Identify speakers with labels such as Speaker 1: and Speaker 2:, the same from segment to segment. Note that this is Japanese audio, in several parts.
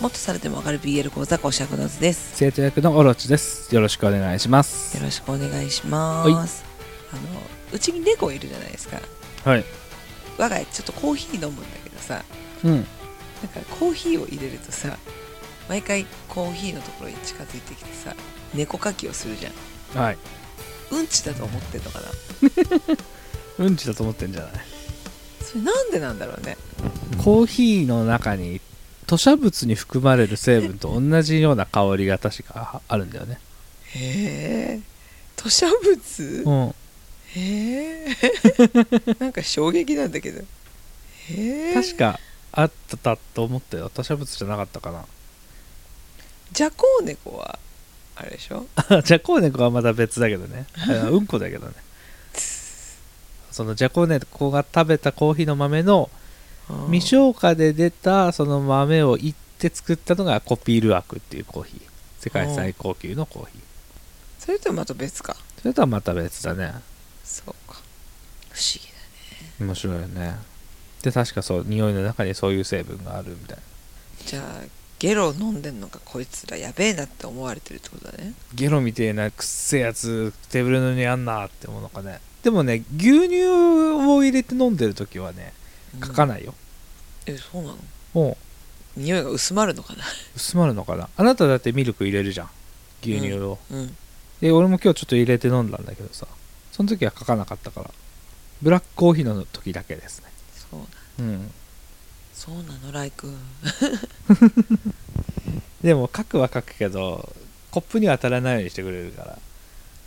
Speaker 1: もっとされてもわかる BL 講座講師役の図です
Speaker 2: 生徒役のオロチですよろしくお願いします
Speaker 1: よろしくお願いしますあのうちに猫いるじゃないですか
Speaker 2: はい
Speaker 1: 我が家ちょっとコーヒー飲むんだけどさ
Speaker 2: うん
Speaker 1: なんかコーヒーを入れるとさ毎回コーヒーのところに近づいてきてさ猫かきをするじゃん
Speaker 2: はい
Speaker 1: うんちだと思ってんのかな
Speaker 2: うんちだと思ってんじゃない
Speaker 1: それなんでなんだろうね
Speaker 2: コーヒーの中に吐砂物に含まれる成分と同じような香りが確かあるんだよね
Speaker 1: へえ吐砂物
Speaker 2: うん
Speaker 1: へえなんか衝撃なんだけどへえ
Speaker 2: 確かあったと思ったよ吐砂物じゃなかったかな
Speaker 1: ジャコウネコはあれでしょ
Speaker 2: あじゃこう猫はまた別だけどねあうんこだけどねそのじゃこう猫が食べたコーヒーの豆の未消化で出たその豆をいって作ったのがコピールアクっていうコーヒー世界最高級のコーヒー
Speaker 1: それとはまた別か
Speaker 2: それとはまた別だね
Speaker 1: そうか不思議だ
Speaker 2: 面白いよねで確かそう匂いの中にそういう成分があるみたいな
Speaker 1: じゃあゲロ飲んでんのかこいつらやべえなって思われてるってことだね
Speaker 2: ゲロみてえなくっせえやつテーブルの上にあんなって思うのかねでもね牛乳を入れて飲んでる時はねかか
Speaker 1: ない、
Speaker 2: ないよ、
Speaker 1: えそうなの
Speaker 2: もう
Speaker 1: 匂いが薄まるのかな
Speaker 2: 薄まるのかなあなただってミルク入れるじゃん牛乳を、
Speaker 1: うん
Speaker 2: で俺も今日ちょっと入れて飲んだんだけどさその時は書かなかったからブラックコーヒーの時だけですね
Speaker 1: そうな
Speaker 2: うん
Speaker 1: そうなのライくん
Speaker 2: でも書くは書くけどコップには当たらないようにしてくれるから、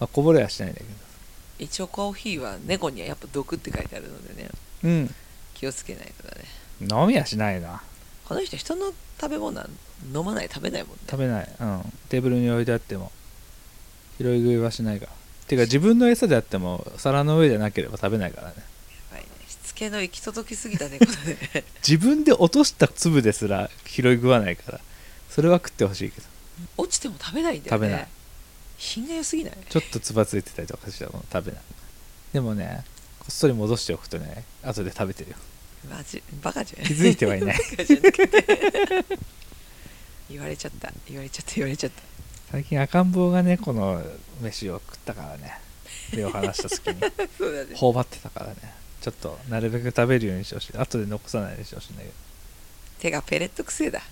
Speaker 2: まあ、こぼれはしないんだけ
Speaker 1: 一応コーヒーは猫にはやっぱ毒って書いてあるのでね
Speaker 2: どうん
Speaker 1: 気をつけないとだね
Speaker 2: 飲みはしないな
Speaker 1: この人人の食べ物は飲まない食べないもんね
Speaker 2: 食べないうんテーブルに置いてあっても拾い食いはしないからてか自分の餌であっても皿の上じゃなければ食べないからね
Speaker 1: やばいねしつけの行き届きすぎた猫だ ね
Speaker 2: 自分で落とした粒ですら拾い食わないからそれは食ってほしいけど
Speaker 1: 落ちても食べないんだよね
Speaker 2: 食べない
Speaker 1: 品が良すぎない
Speaker 2: ちょっとつばついてたりとかしたもの食べないでもねこっそり戻しておくとね後で食べてるよ
Speaker 1: マジバカじゃん
Speaker 2: 気づいてはいない
Speaker 1: バカじゃなくて 言われちゃった言われちゃった言われちゃった
Speaker 2: 最近赤ん坊がねこの飯を食ったからね目を離した隙に
Speaker 1: そうだね
Speaker 2: 頬張ってたからねちょっとなるべく食べるようにしてほしい後で残さないようにしてほしいんだけど
Speaker 1: 手がペレットくせえだ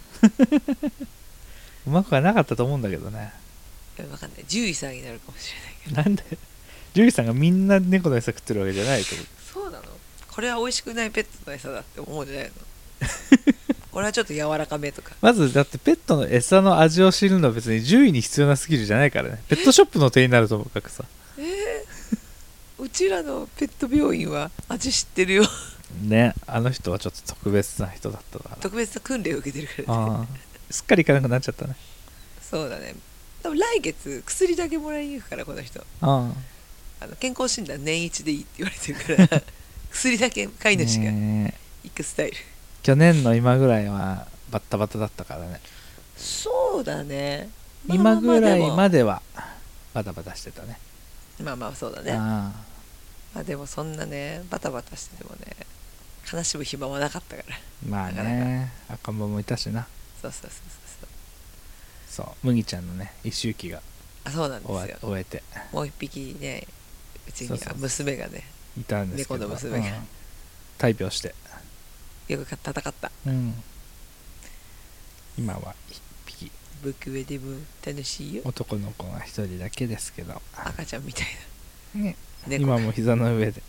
Speaker 2: うまくはなかったと思うんだけどね
Speaker 1: 分かんない獣医さんになるかもしれないけど
Speaker 2: なんでジュリさんがみんな猫の餌食ってるわけじゃないと思う
Speaker 1: そうなのこれは美味しくないペットの餌だって思うんじ ゃないのこれはちょっと柔らかめとか
Speaker 2: まずだってペットの餌の味を知るのは別に獣医に必要なスキルじゃないからねペットショップの手になるともかくさ
Speaker 1: うちらのペット病院は味知ってるよ
Speaker 2: ねあの人はちょっと特別な人だったから
Speaker 1: 特別な訓練を受けてるからね
Speaker 2: ああすっかり行かなくなっちゃったね
Speaker 1: そうだね多分来月薬だけもらいに行くからこの人
Speaker 2: ああ
Speaker 1: あの健康診断年一でいいって言われてる から薬だけ飼い主が
Speaker 2: ねえ
Speaker 1: 行くスタイル、
Speaker 2: 去年の今ぐらいはバッタバタだったからね、
Speaker 1: そうだね
Speaker 2: 今ぐらいま
Speaker 1: で
Speaker 2: ではバタバタしてたね
Speaker 1: まあまあそうだね
Speaker 2: ああ
Speaker 1: まあでもそんなねバタバタしててもね悲しむ暇はなかったから
Speaker 2: まあね赤ん坊もいたしな
Speaker 1: そうそうそうそうそう
Speaker 2: そう麦ちゃんのね一周期が
Speaker 1: あそうなんで
Speaker 2: 終
Speaker 1: す
Speaker 2: わ
Speaker 1: よ
Speaker 2: 終えて
Speaker 1: もう一匹ねうち
Speaker 2: そう
Speaker 1: に
Speaker 2: そう
Speaker 1: は
Speaker 2: そう
Speaker 1: 娘がね
Speaker 2: いたんですけど
Speaker 1: 猫の娘が
Speaker 2: うん大病して、
Speaker 1: よく戦った
Speaker 2: うん、今は一匹
Speaker 1: ブクベでも楽しいよ
Speaker 2: 男の子が一人だけですけど、
Speaker 1: 赤ちゃんみたい
Speaker 2: ね、
Speaker 1: な猫
Speaker 2: 今も膝の上で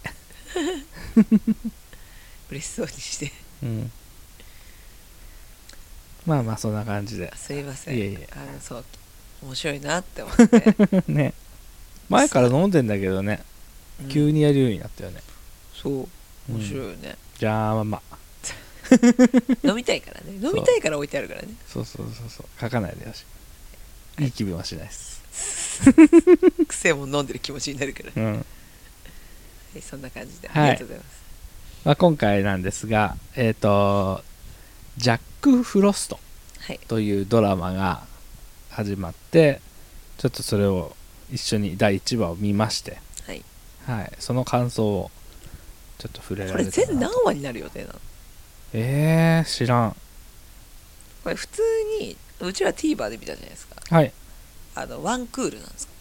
Speaker 1: 嬉しそうに して
Speaker 2: うん、まあまあそんな感じで
Speaker 1: すいません
Speaker 2: いえいえ
Speaker 1: あのそう面白いなって思って、
Speaker 2: ね前から飲んでんだけどね
Speaker 1: うん
Speaker 2: 急にやるようになったよね、
Speaker 1: そう面白い
Speaker 2: い
Speaker 1: よね、
Speaker 2: じゃあまあ
Speaker 1: 飲みたいからね飲みたいから置いてあるからね
Speaker 2: そうそうそうそう書かないでよしいい気分はしないです
Speaker 1: 癖も飲んでる気持ちになるから、は
Speaker 2: うん、
Speaker 1: い、そんな感じで、
Speaker 2: はい
Speaker 1: ありがとうございます
Speaker 2: まあ、今回なんですがえっ、とジャック・フロスト
Speaker 1: はい
Speaker 2: というドラマが始まってちょっとそれを一緒に第1話を見まして、
Speaker 1: はい
Speaker 2: はい、その感想をちょっと触れら
Speaker 1: こ
Speaker 2: れ
Speaker 1: れ
Speaker 2: たら
Speaker 1: 全何話になる予定なの
Speaker 2: えー、知らん
Speaker 1: これ普通にうちら TVer で見たじゃないですか
Speaker 2: はい
Speaker 1: あのワンクールなんですか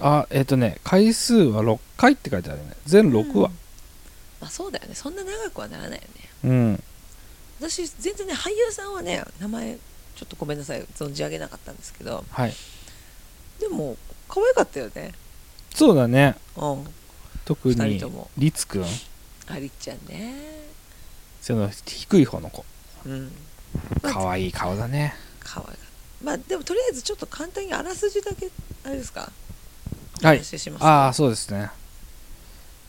Speaker 2: あえっ、とね回数は6回って書いてあるね全6
Speaker 1: う
Speaker 2: 話
Speaker 1: んまあそうだよねそんな長くはならないよね
Speaker 2: うん、
Speaker 1: 私全然ね俳優さんはね名前ちょっとごめんなさい存じ上げなかったんですけど
Speaker 2: はい
Speaker 1: でも可愛かったよね
Speaker 2: そうだね
Speaker 1: うん
Speaker 2: 特
Speaker 1: 二人と
Speaker 2: に
Speaker 1: も
Speaker 2: りつくん
Speaker 1: ありっちゃんね
Speaker 2: その低い方の子
Speaker 1: うん
Speaker 2: 可愛い顔だね
Speaker 1: 可愛かったまあでもとりあえずちょっと簡単にあらすじだけあれですか
Speaker 2: はい
Speaker 1: お話しします
Speaker 2: ああそうですね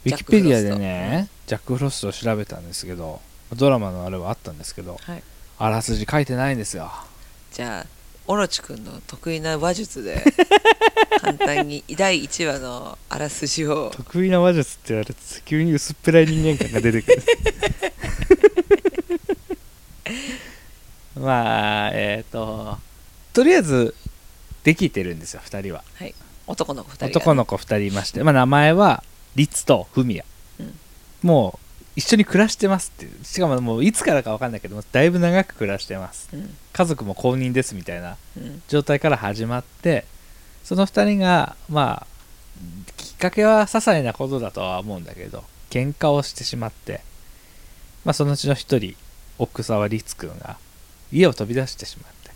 Speaker 2: ウ
Speaker 1: ジャッ
Speaker 2: ィキ
Speaker 1: クフロ
Speaker 2: ペ
Speaker 1: スト
Speaker 2: ディアでねジャック・フロストを調べたんですけどドラマのあれはあったんですけど
Speaker 1: はい、
Speaker 2: あらすじ書いてないんですよ
Speaker 1: じゃあオロチ君の得意な話術 で簡単に第1話のあらすじを
Speaker 2: 得意な話術って言われて急に薄っぺらい人間感が出てくる まあえっ、ととりあえずできてるんですよ2人は
Speaker 1: 男の子2人が、
Speaker 2: 男の子2人いまして、まあ、名前はリツとフミヤ、
Speaker 1: うん
Speaker 2: もう一緒に暮らしてますっていうしかももういつからか分かんないけどもだいぶ長く暮らしてます
Speaker 1: うん
Speaker 2: 家族も公認ですみたいな
Speaker 1: うん
Speaker 2: 状態から始まってその2人がまあきっかけは些細なことだとは思うんだけど喧嘩をしてしまって、まあ、そのうちの1人奥沢律くんが家を飛び出してしまって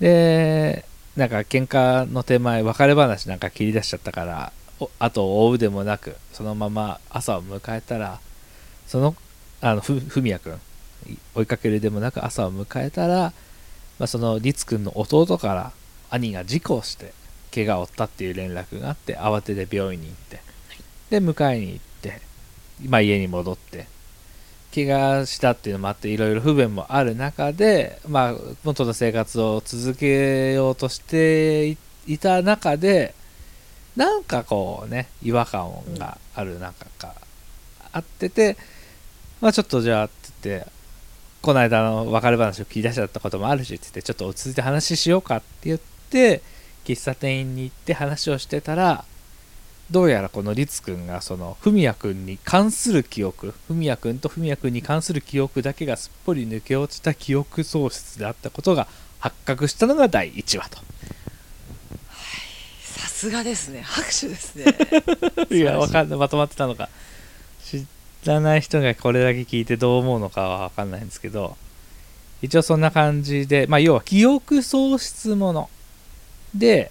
Speaker 2: でなんか喧嘩の手前別れ話なんか切り出しちゃったからおあと追うでもなくそのまま朝を迎えたらそのあのふ文也くんい追いかけるでもなく朝を迎えたら、まあ、その律くんの弟から兄が事故をして怪我を負ったっていう連絡があって慌てて病院に行ってで迎えに行って、まあ、家に戻って怪我したっていうのもあっていろいろ不便もある中で、まあ、元の生活を続けようとしていいた中でなんかこうね違和感がある中か、あってて、まあ、ちょっとじゃあって言ってこの間の別れ話を切り出しちゃったこともあるしって言ってちょっと落ち着いて話しようかって言って喫茶店に行って話をしてたらどうやらこの律くんがその文也くんに関する記憶文也くんと文也くんに関する記憶だけがすっぽり抜け落ちた記憶喪失であったことが発覚したのが第1話
Speaker 1: さすがですね拍手ですね
Speaker 2: と いやわかんないまとまってたのか知らない人がこれだけ聞いてどう思うのかはわかんないんですけど一応そんな感じで、まあ、要は記憶喪失もので、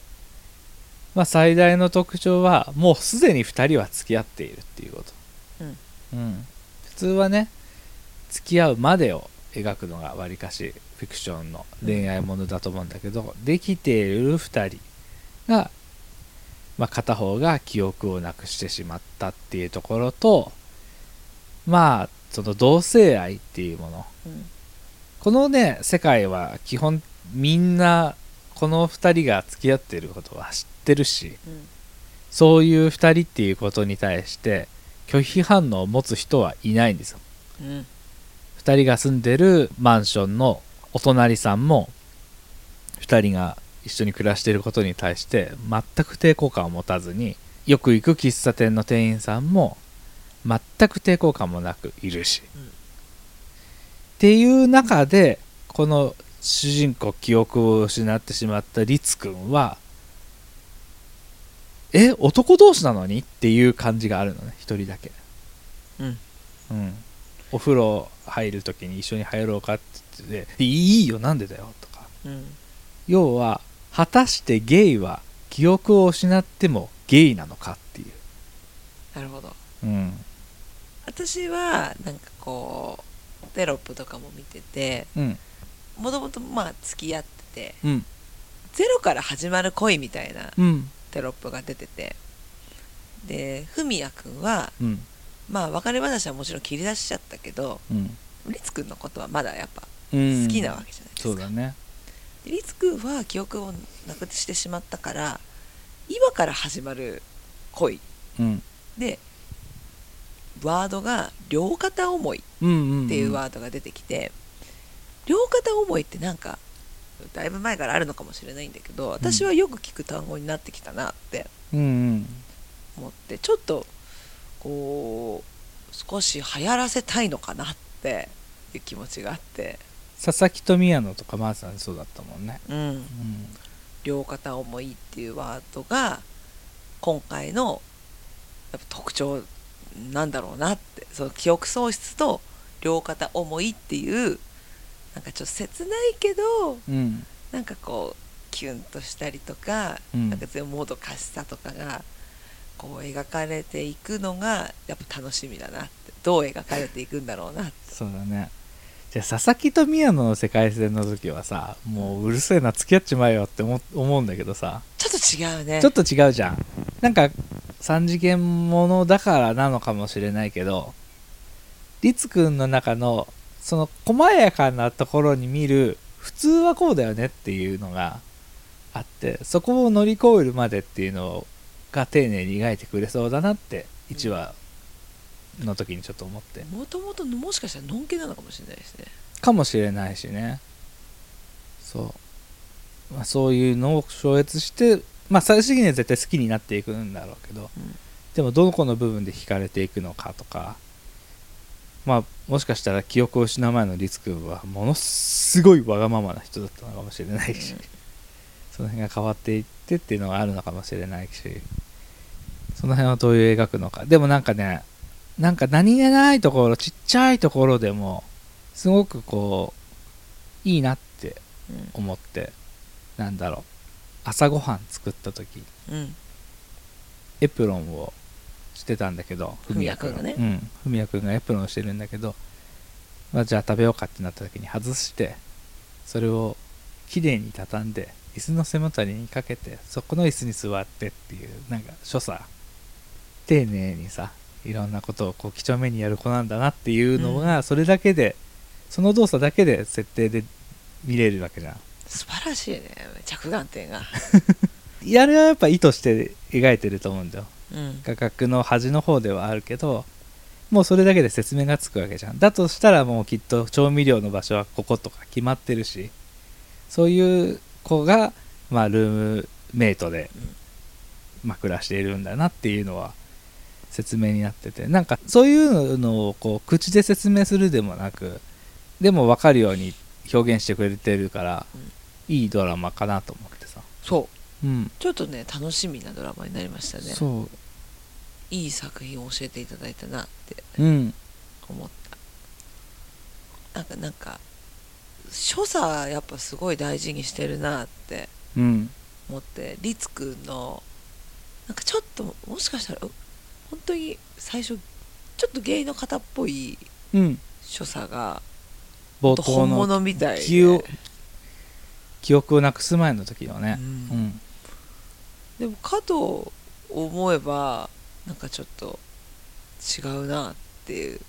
Speaker 2: まあ、最大の特徴はもうすでに2人は付き合っているっていうこと
Speaker 1: うん、
Speaker 2: うん普通はね付き合うまでを描くのがわりかしフィクションの恋愛ものだと思うんだけど、できている2人が、まあ、片方が記憶をなくしてしまったっていうところとまあその同性愛っていうもの
Speaker 1: うん
Speaker 2: このね世界は基本みんなこの2人が付き合ってることは知ってるし
Speaker 1: うん
Speaker 2: そういう2人っていうことに対して拒否反応を持つ人はいないんですよ
Speaker 1: うん
Speaker 2: 2人が住んでるマンションのお隣さんも2人が一緒に暮らしていることに対して全く抵抗感を持たずによく行く喫茶店の店員さんも全く抵抗感もなくいるし、
Speaker 1: うん
Speaker 2: っていう中でこの主人公記憶を失ってしまった律くんはえ男同士なのにっていう感じがあるのね一人だけ
Speaker 1: うん
Speaker 2: うん、お風呂入る時に一緒に入ろうかって言って「いいよなんでだよ」とか
Speaker 1: うん
Speaker 2: 要は果たしてゲイは記憶を失ってもゲイなのかっていう、
Speaker 1: なるほど
Speaker 2: うん
Speaker 1: 私はなんかこうテロップとかも見てて
Speaker 2: うん
Speaker 1: もともとまあ付き合ってて
Speaker 2: うん
Speaker 1: ゼロから始まる恋みたいな
Speaker 2: うん
Speaker 1: テロップが出ててで文也君は
Speaker 2: うん
Speaker 1: まあ別れ話はもちろん切り出しちゃったけど
Speaker 2: うん
Speaker 1: 律君のことはまだやっぱ
Speaker 2: うん
Speaker 1: 好きなわけじゃないです
Speaker 2: そう
Speaker 1: か
Speaker 2: だね
Speaker 1: で律君は記憶をなくしてしまったから今から始まる恋
Speaker 2: うん
Speaker 1: でワードが両肩思い
Speaker 2: うんうん
Speaker 1: っていうワードが出てきて、両肩思いってなんかだいぶ前からあるのかもしれないんだけど私はよく聞く単語になってきたなって
Speaker 2: うんうん
Speaker 1: 思ってちょっとこう少し流行らせたいのかなっていう気持ちがあって
Speaker 2: 佐々木と宮野とかまーさんそうだったもんね、
Speaker 1: うん
Speaker 2: うん、
Speaker 1: 両肩思いっていうワードが今回のやっぱ特徴なんだろうなってその記憶喪失と両肩思いっていうなんかちょっと切ないけど
Speaker 2: うん
Speaker 1: なんかこうキュンとしたりとか、
Speaker 2: うん
Speaker 1: なんか全部もどかしさとかがこう描かれていくのがやっぱ楽しみだなってどう描かれていくんだろうなって
Speaker 2: そうだねじゃあ佐々木と宮野の世界線の時はさもううるせえな付き合っちまえよって思思うんだけどさ
Speaker 1: ちょっと違うね
Speaker 2: ちょっと違うじゃんなんか3次元ものだからなのかもしれないけど律くんの中のその細やかなところに見る普通はこうだよねっていうのがあってそこを乗り越えるまでっていうのが丁寧に描いてくれそうだなって1話の時にちょっと思って
Speaker 1: もともともしかしたらのんけなのかもしれないですね
Speaker 2: かもしれないしねそう、まあ、そういうのを超越してまあ最終的には絶対好きになっていくんだろうけど、
Speaker 1: うん
Speaker 2: でもどこの部分で惹かれていくのかとかまあもしかしたら記憶を失う前のリツくんはものすごいわがままな人だったのかもしれないし、
Speaker 1: うん
Speaker 2: その辺が変わっていってっていうのがあるのかもしれないしその辺はどういう描くのかでもなんかねなんか何気ないところちっちゃいところでもすごくこういいなって思ってなんだろう朝ごはん作った時
Speaker 1: うん、うん
Speaker 2: エプロンをしてたんだけど
Speaker 1: 文也君がね
Speaker 2: うんふみやくんがエプロンをしてるんだけど、まあ、じゃあ食べようかってなった時に外してそれをきれいに畳んで椅子の背もたれにかけてそこの椅子に座ってっていうなんか所作丁寧にさいろんなことをこう几帳面にやる子なんだなっていうのが、それだけでその動作だけで設定で見れるわけじゃん
Speaker 1: 素晴らしいね着眼点が、
Speaker 2: やるはやっぱ意図して描いてると思うんだよ
Speaker 1: うん
Speaker 2: 画角の端の方ではあるけどもうそれだけで説明がつくわけじゃんだとしたらもうきっと調味料の場所はこことか決まってるしそういう子が、まあ、ルームメイトで、まあ、暮らしているんだなっていうのは説明になっててなんかそういうのをこう口で説明するでもなくでも分かるように表現してくれてるから、
Speaker 1: うん
Speaker 2: いいドラマかなと思ってさ、
Speaker 1: そう
Speaker 2: うん
Speaker 1: ちょっとね楽しみなドラマになりましたね
Speaker 2: そ
Speaker 1: いい作品を教えていただいたなって
Speaker 2: ううん
Speaker 1: 思ったなんかなんか所作やっぱすごい大事にしてるなって
Speaker 2: うん
Speaker 1: 思ってリツくんのなんかちょっともしかしたらう本当に最初ちょっと芸の方っぽい
Speaker 2: うん
Speaker 1: 所作が
Speaker 2: 冒頭
Speaker 1: 本
Speaker 2: の
Speaker 1: 物みたいで
Speaker 2: 記憶記憶をなくす前の時のね
Speaker 1: うん
Speaker 2: うん
Speaker 1: でもかと思えばなんかちょっと違うなっていう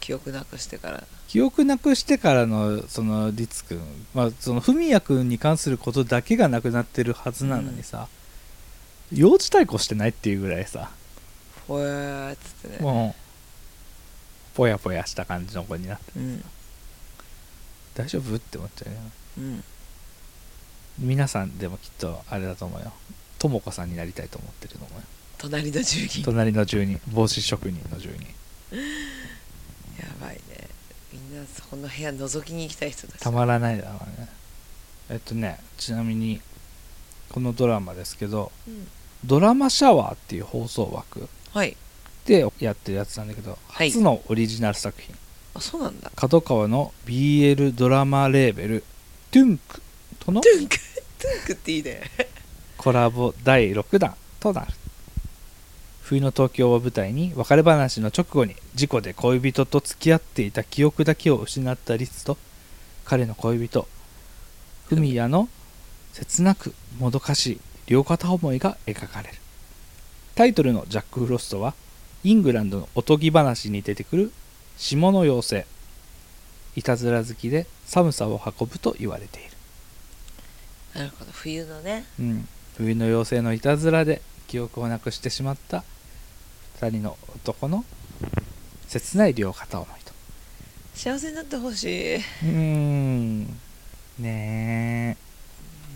Speaker 1: 記憶なくしてから
Speaker 2: 記憶なくしてからのその律ツくんまあその文也くんに関することだけがなくなってるはずなのにさ、幼稚対抗してないっていうぐらいさ
Speaker 1: ほえーっつってね、
Speaker 2: もうぽやぽやした感じの子になって
Speaker 1: うん
Speaker 2: 大丈夫って思っちゃうよ
Speaker 1: うん、
Speaker 2: 皆さんでもきっとあれだと思うよとも子さんになりたいと思ってると思うよ
Speaker 1: 隣の住人
Speaker 2: 隣の住人帽子職人の住人
Speaker 1: やばいねみんなそこの部屋覗きに行きたい人たち
Speaker 2: たまらないだろうねえっとねちなみにこのドラマですけど
Speaker 1: うん
Speaker 2: ドラマシャワーっていう放送枠
Speaker 1: はい
Speaker 2: でやってるやつなんだけど
Speaker 1: はい
Speaker 2: 初のオリジナル作品
Speaker 1: あそうなんだ
Speaker 2: 角川の BL ドラマレーベルトゥンクとの
Speaker 1: トゥンク トゥンクっていいね
Speaker 2: コラボ第6弾となる冬の東京を舞台に別れ話の直後に事故で恋人と付き合っていた記憶だけを失ったリツと彼の恋人文也の切なくもどかしい両片思いが描かれるタイトルの「ジャック・フロスト」はイングランドのおとぎ話に出てくる霜の妖精いたずら好きで寒さを運ぶと言われている
Speaker 1: なるほど冬のね
Speaker 2: うん、冬の妖精のいたずらで記憶をなくしてしまった2人の男の切ない両片思いと
Speaker 1: 幸せになってほしいう
Speaker 2: ーんね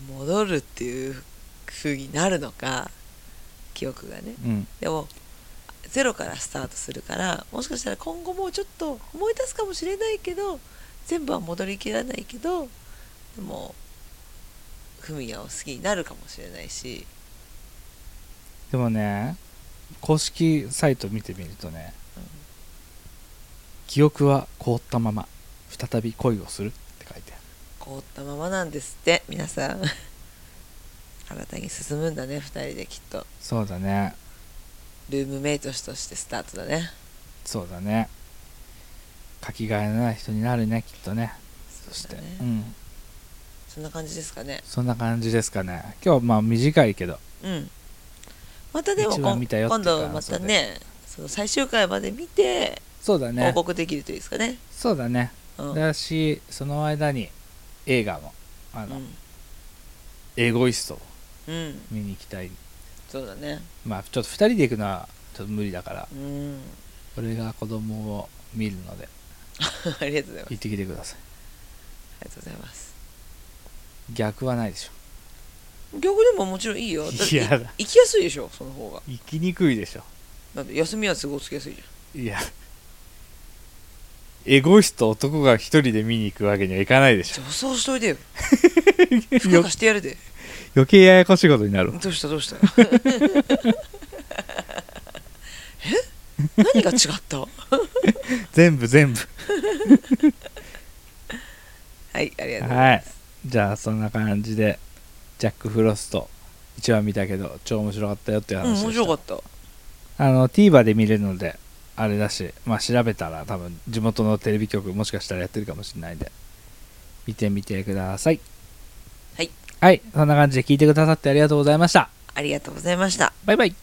Speaker 1: 戻るっていう風になるのか記憶がね
Speaker 2: えうん
Speaker 1: でもゼロからスタートするからもしかしたら今後もうちょっと思い出すかもしれないけど全部は戻りきらないけどでも文也を好きになるかもしれないし
Speaker 2: でもね公式サイト見てみるとね、
Speaker 1: うん
Speaker 2: 記憶は凍ったまま再び恋をするって書いてある
Speaker 1: 凍ったままなんですって皆さん新たに進むんだね2人できっと
Speaker 2: そうだね
Speaker 1: ルームメイトとしてスタートだね
Speaker 2: そうだね書きがえのない人になるねきっとねそして,、
Speaker 1: そううだね
Speaker 2: ん
Speaker 1: そんな感じですかね
Speaker 2: そんな感じですかね今日はまあ短いけど
Speaker 1: うんまたでも
Speaker 2: 一話
Speaker 1: こん
Speaker 2: 見たよって
Speaker 1: 今
Speaker 2: いう感想で
Speaker 1: 度またねその最終回まで見て
Speaker 2: そうだ
Speaker 1: 報
Speaker 2: ね
Speaker 1: 告できるといいですかね
Speaker 2: そうだね、
Speaker 1: うん、うん
Speaker 2: だしその間に映画もあの、エゴイストを
Speaker 1: うん、
Speaker 2: 見に行きたい
Speaker 1: そうだね
Speaker 2: まあちょっと2人で行くのはちょっと無理だから
Speaker 1: うん
Speaker 2: 俺が子供を見るので
Speaker 1: ありがとうございます
Speaker 2: 行ってきてください
Speaker 1: ありがとうございます
Speaker 2: 逆はないでしょ
Speaker 1: 逆でももちろんいいよだって
Speaker 2: いや
Speaker 1: 行きやすいでしょその方が
Speaker 2: 行きにくいでしょ
Speaker 1: だって休みは過ごしやすいじ
Speaker 2: いやエゴイスト男が一人で見に行くわけにはいかないでし
Speaker 1: ゃん
Speaker 2: ょ
Speaker 1: 女装しとい てよふか
Speaker 2: よ
Speaker 1: ふかしてやるで
Speaker 2: 余計ややこしいことになるわ
Speaker 1: どうしたどうした え何が違った は
Speaker 2: 全部全部
Speaker 1: いありがとうござい
Speaker 2: はいじゃあそんな感じでジャック・フロスト一話見たけど超面白かったよっていう
Speaker 1: ます、うん、
Speaker 2: 話で
Speaker 1: 面
Speaker 2: した、
Speaker 1: 白かった
Speaker 2: あの TVer で見れるのであれだし、まあ、調べたら多分地元のテレビ局もしかしたらやってるかもしれないんで見てみてください
Speaker 1: はい
Speaker 2: はいそんな感じで聞いてくださってありがとうございました
Speaker 1: ありがとうございました
Speaker 2: バイバイ